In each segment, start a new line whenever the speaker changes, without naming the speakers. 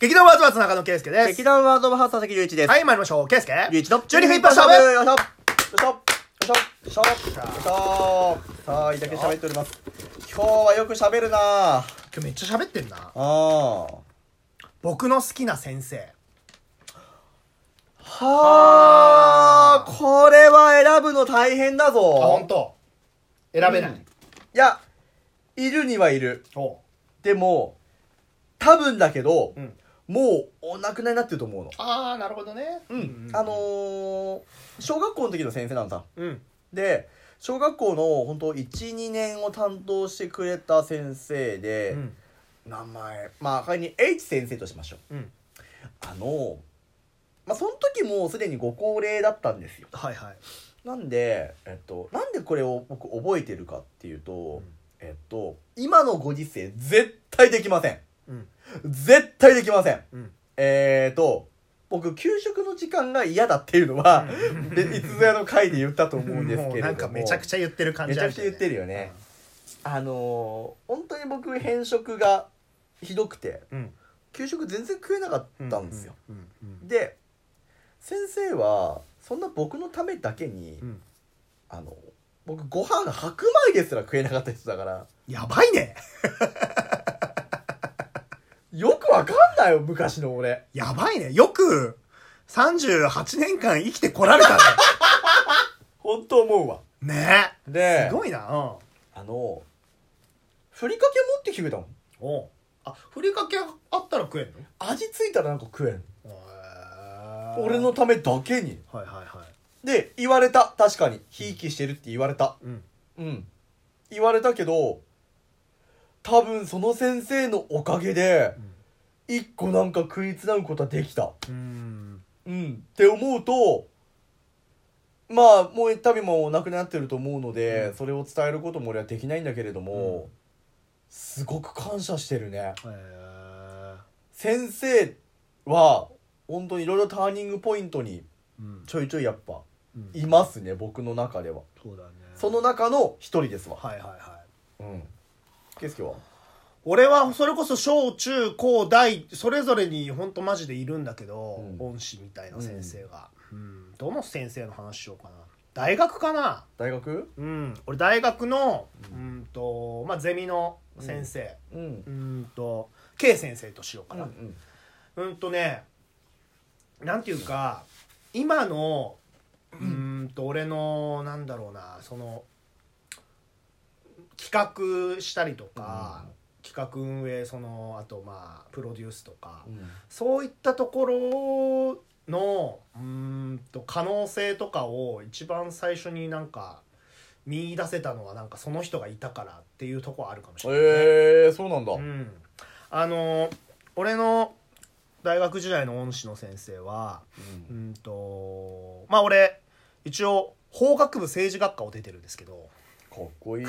劇団ワーズワーズ中野圭介です。
劇団ワードオブハウス佐々木隆一です。
はい、参りましょう。圭介。
隆一の
12分一発勝負
よいしょよいしょよいしょよいしょよいしょよいしょさあ、いいだけ喋っております。今日はよく喋るなあ
今日めっちゃ喋ってんな。
あ
僕の好きな先生。
はあ、これは選ぶの大変だぞ。
あ、ほんと。選べな
う
い
ん。いや、いるにはいる。
おう
でも、多分だけど、
うん
もうお亡くなりになってると思うの。
あー、なるほどね。う
あの、ー小学校の時の先生なのさ。
うん。
で小学校の本当12年を担当してくれた先生で、
うん。
名前まあ仮に H 先生としましょう
うん。
あのまあその時もうすでにご高齢だったんですよ
はいはい。
なんで、えっと、なんでこれを僕覚えてるかっていうと、
ん
えっと今のご時世絶対できません
うん。
絶対できません
うん。
えーと僕給食の時間が嫌だっていうのは、でいつぞやの回で言ったと思うんですけれども
なんかめちゃくちゃ言ってる感じ
めちゃくちゃ言って
る
るよね、。あのー本当に僕偏食がひどくて
うん。
給食全然食えなかったんですよ、。
うん。うん。
で先生はそんな僕のためだけに、
うん
あの僕ご飯白米ですら食えなかった人だから
やばいね。
よくわかんないよ昔の俺
やばいね。よく、38年間生きてこられたね。
本当思うわ
ね
です
ごいな。うん。
あのふりかけ持ってきてくれたもん
おうあ、ふりかけあったら食えんの
味ついたらなんか食えん俺
俺
の
の
ためだけに
はいはいは
で言われた確かにひいきしてるって言われた
いうん
うん。言われたけど、多分その先生のおかげで、一個なんか食いつなぐことはできた。
うん
うん。って思うと、まあ、もう多分もうなくなってると思うので、
うん
それを伝えることも俺はできないんだけれども、
う
すごく感謝してるね。
へえ
先生は、本当にいろいろターニングポイントに
うん
ちょいちょいやっぱ、
うん
いますね、僕の中では。
そうだね
その中の一人ですわ。
はいはいはい
うん。ケスケは
俺はそれこそ小中高大それぞれに本当マジでいるんだけど、
うん
恩師みたいな先生が、うん、どの先生の話しようかな大学かな
大学
うん俺大学のうんとまあゼミの先生
うん。
うんと K 先生としようかな、
ん、
うんとねなんていうか今のうーんと俺のなんだろうなその企画したりとか、企画運営そのあとまあプロデュースとか、そういったところのうーんと可能性とかを一番最初になんか見出せたのはなんかその人がいたからっていうところあるかもしれない、ね。
ええー、そうなんだ。
うん、あの俺の大学時代の恩師の先生はうんとまあ俺一応法学部政治学科を出てるんですけど
かっこいい。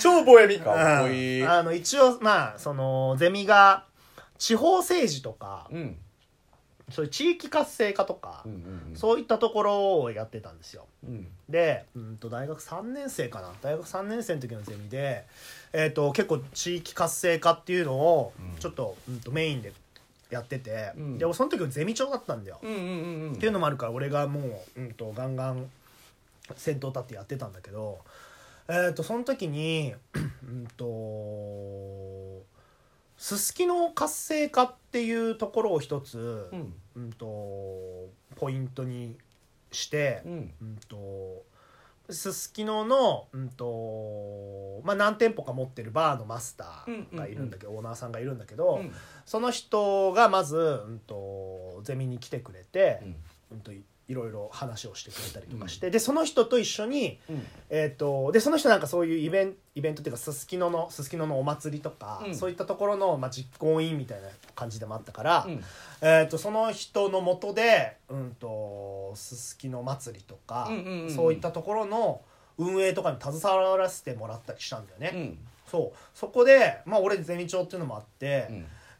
超ボエミ。かっこいい。
う
うん
あの一応まあそのゼミが地方政治とか
ん。
そういう地域活性化とか、
うん。
そういったところをやってたんですよ。
うん。
で、うん、と大学3年生かな大学3年生の時のゼミで、えー、と結構地域活性化っていうのを
うん
ちょっと,、うん、とメインでやってて、
うん
で俺その時はゼミ長だったんだよ、
うん。うん。うん。
っていうのもあるから俺がもう、うん、とガンガン先頭立ってやってたんだけど、えー、とその時にうんとすすきの活性化っていうところを一つ、
うん。
うん、とポイントにして。
うん。
うんとすすきのの、うんとまあ、何店舗か持ってるバーのマスターがいるんだけど、オーナーさんがいるんだけど、
うん。
その人がまず、うん、とゼミに来てくれて、うんといいろいろ話をしてくれたりとかして、でその人と一緒に、えー、とでその人なんかそういうイベンイベントっていうかすすきののすすきののお祭りとか、
うん
そういったところの、まあ、実行委員みたいな感じでもあったから、
うん。
えー、とその人のもとで、うん、とすすきの祭りとか、
うんうんうん
そういったところの運営とかに携わらせてもらったりしたんだよね、
うん。
そうそこで、まあ、俺ゼミ長っていうのもあって、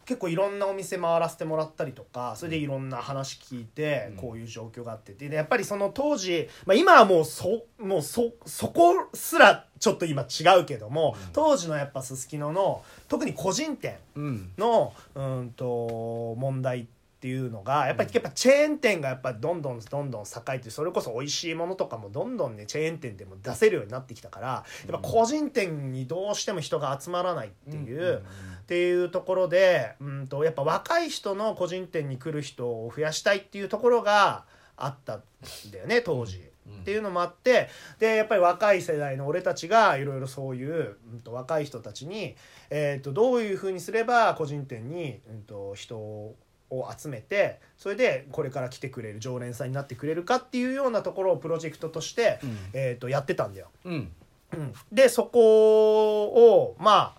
結構いろんなお店回らせてもらったりとかそれで
うん
いろんな話聞いて
うん
こういう状況があってでやっぱりその当時、まあ、今はもうそもうそそこすらちょっと今違うけども
うん
当時のやっぱすすきのの特に個人店
うん
のうんと問題っていうのがやっぱりやっぱチェーン店がやっぱどんどんどんどん栄えてそれこそ美味しいものとかもどんどんねチェーン店でも出せるようになってきたからやっぱ個人店にどうしても人が集まらないっていう。っていうところで、うん、とやっぱ若い人の個人店に来る人を増やしたいっていうところがあったんだよね当時。
うん
っていうのもあってでやっぱり若い世代の俺たちがいろいろそういう、うん、と若い人たちに、えー、とどういうふうにすれば個人店に、うん、と人を集めてそれでこれから来てくれる常連さんになってくれるかっていうようなところをプロジェクトとして、
うん
えー、とやってたんだよ。
うん
うんでそこをまあ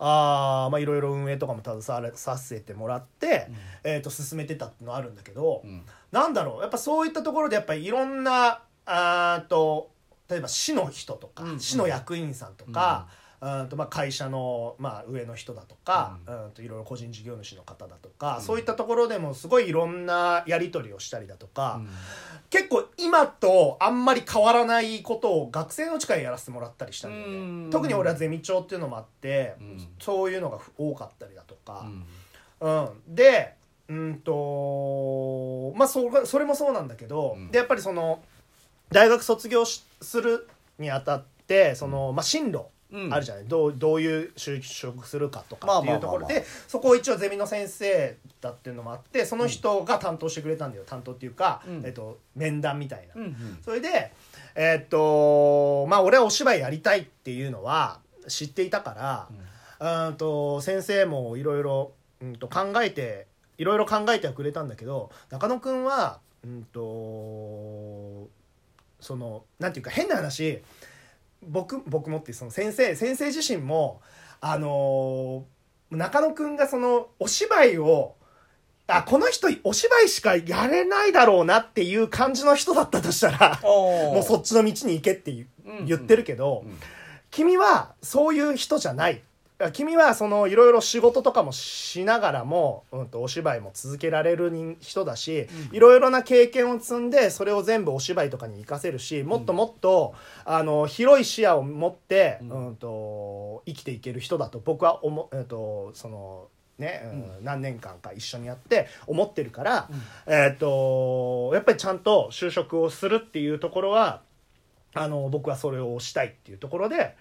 あーまあいろいろ運営とかも携われさせてもらって、えー、と進めてたっていうのはあるんだけど、
うん
なんだろうやっぱそういったところでやっぱりいろんなあーと例えば市の人とか、
うん
市の役員さんとか、うんとまあ、会社の、まあ、上の人だとか、
う
うんといろいろ個人事業主の方だとか、
うん
そういったところでもすごいいろんなやり取りをしたりだとか、
うん
結構今とあんまり変わらないことを学生のうちからやらせてもらったりしたんだよ
うん
ね特に俺はゼミ長っていうのもあって、
うん
そういうのが多かったりだとか
う、ん
うんでうんとまあそれそれもそうなんだけど、
うん
でやっぱりその大学卒業しするにあたってその、まあ、進路
うん
あるじゃない、どうどういう就職するかと
ま
か
あ
っていうところ
まあ
でそこを一応ゼミの先生だっていうのもあってその人が担当してくれたんだよ担当っていうか、
うん
えっと、面談みたいな。
うんうん
それでえっとまあ俺はお芝居やりたいっていうのは知っていたから、うんと先生もいろいろうんと考えていろいろ考えてはくれたんだけど中野くんはうんとそのなんていうか変な話僕僕もってその先生先生自身もあの中野くんがそのお芝居をあこの人お芝居しかやれないだろうなっていう感じの人だったとしたらもうそっちの道に行けって言
うん
言ってるけど、
うん
君はそういう人じゃない君はそのいろいろ仕事とかもしながらも、うん、とお芝居も続けられる人人だし
うん
いろいろな経験を積んでそれを全部お芝居とかに活かせるしもっともっと、あの広い視野を持って、
う
うんん、と生きていける人だと僕は思う、うん、とそのね、うん何年間か一緒にやって思ってるから、えっ、とやっぱりちゃんと就職をするっていうところはあの僕はそれをしたいっていうところで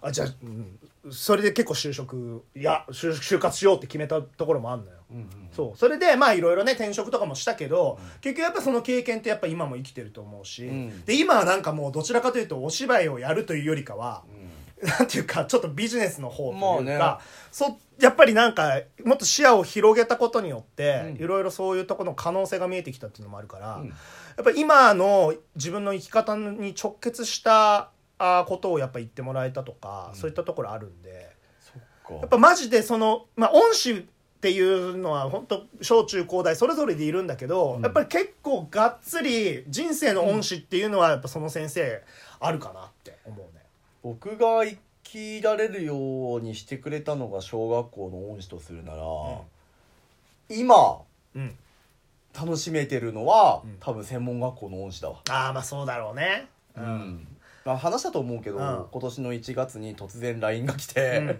あじゃあ、うんそれで結構就職いや就就活しようって決めたところもあるのよ。
うんうん
そうそれでまあいろいろね転職とかもしたけど、結局やっぱその経験ってやっぱ今も生きてると思うし、
うん
で今はなんかもうどちらかというとお芝居をやるというよりかは、 なんていうかちょっとビジネスの方というか、
まあね
そやっぱりなんかもっと視野を広げたことによって、
うん
いろいろそういうところの可能性が見えてきたっていうのもあるから、
うん
やっぱり今の自分の生き方に直結したあーことをやっぱ言ってもらえたとか、
うん
そういったところあるんで。
そっ
や
か
っぱマジでその、まあ、恩師っていうのは本当小中高大それぞれでいるんだけど、
うん
やっぱり結構がっつり人生の恩師っていうのはやっぱその先生あるかなって思うね。
僕が生きられるようにしてくれたのが小学校の恩師とするなら、今
うん、
楽しめてるのは、
うん
多分専門学校の恩師だわ、
ああまあそうだろうね。
うんまあ、話したと思うけど、
うん
今年の1月に突然 LINE が来て、
うん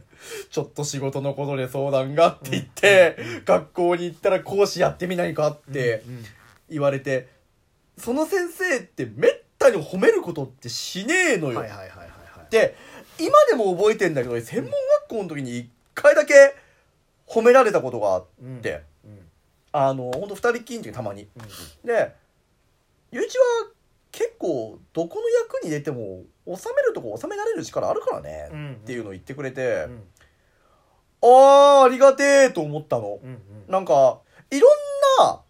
ちょっと仕事のことで相談がって言って、学校に行ったら講師やってみないかって
うん
言われて、その先生ってめったに褒めることってしねえの
うん
よ、
はいはいはいはいはい。
で今でも覚えてんだけど専門学校の時に一回だけ褒められたことがあ
うん
って、
うん
あの本当二人っきりの時たまに
うん
で友一は結構どこの役に出ても収めるとこ収められる力あるからね、
うん
っていうのを言ってくれて、
うん
あーありがてえと思ったの
うんうん
なんかいろんな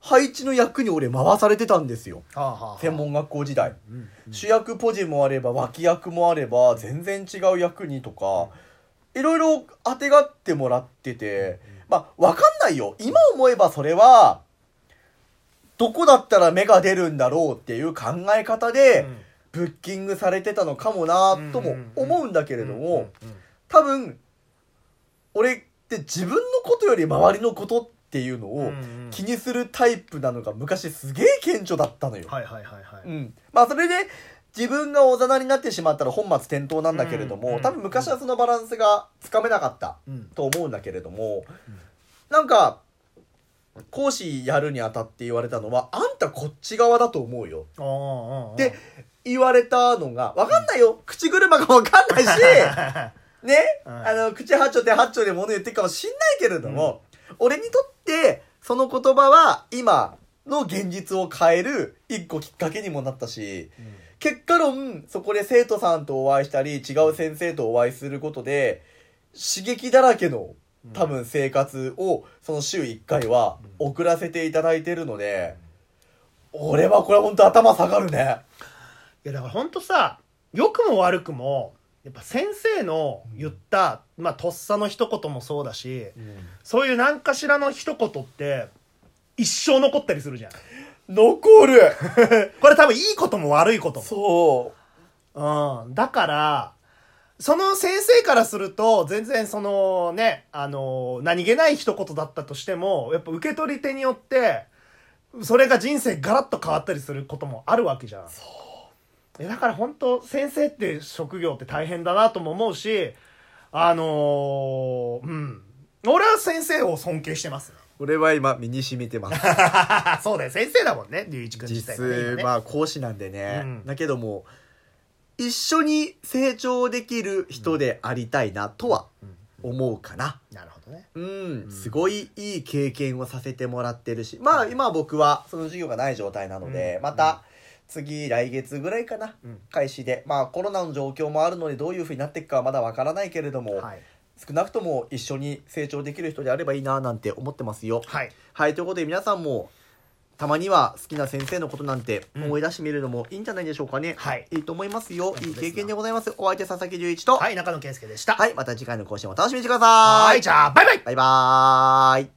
配置の役に俺回されてたんですよ
はあはあはあ
専門学校時代
うんうん
主役ポジもあれば脇役もあれば全然違う役にとかいろいろ当てがってもらっててまあわかんないよ今思えばそれはどこだったら芽が出るんだろうっていう考え方
う
で
ん
ブッキングされてたのかもなとも思うんだけれども多分俺って自分のことより周りのことっていうのを
うん
気にするタイプなのが昔すげえ顕著だったのよ。
はいはいはいはい、
うん、まあそれで自分が大ざなりになってしまったら本末転倒なんだけれど
うんう
も、
ん
多分昔はそのバランスがつかめなかった
うん
と思うんだけれども、なんか講師やるにあたって言われたのはあんたこっち側だと思うよ
ああああ
で言われたのが分かんないよ、口車が分か んないしね、
はい
あの口八丁手八丁で物言ってるかもしんないけれども、俺にとってその言葉は今の現実を変える一個きっかけにもなったし。
うん
結果論そこで生徒さんとお会いしたり違う先生とお会いすることで刺激だらけの
うん
多分生活をその週1回は送らせていただいてるので俺はこれ本当頭下がるね
いやだから本当さ良くも悪くもやっぱ先生の言った、まあとっさの一言もそうだしそういう何かしらの一言って一生残ったりするじゃん
残る
これ多分いいことも悪いこと
そ
も、うん、だからその先生からすると全然そのねあの何気ない一言だったとしてもやっぱ受け取り手によってそれが人生ガラッと変わったりすることもあるわけじゃんえだから本当先生って職業って大変だなとも思うしあのーうん俺は先生を尊敬してますね
う俺は今身に染みてます
あ そうだよ先生だもんね龍一君自体がね今ね、
まあ講師なんでね、
うん
だけども一緒に成長できる人でありたいなとは
うん
思うかな、
なるほどね
うん
ん
すごいいい経験をさせてもらってるしまあ今僕はその授業がない状態なので、
うん
また次来月ぐらいかな、
うん
開始でまあコロナの状況もあるのでどういうふうになっていくかはまだわからないけれども、
はい
少なくとも一緒に成長できる人であればいいななんて思ってますよ。
はい
はいということで皆さんもたまには好きな先生のことなんて思い出してみるのもいいんじゃないでしょうかね。
はい
いいと思いますよ。
当
い
で
い
すな
経験でございます。お相手佐々木隆一と。
はい中野圭介でした
はい、また次回の更新も楽しみにしてください。
はいじゃあバイバイ
バイバーイ。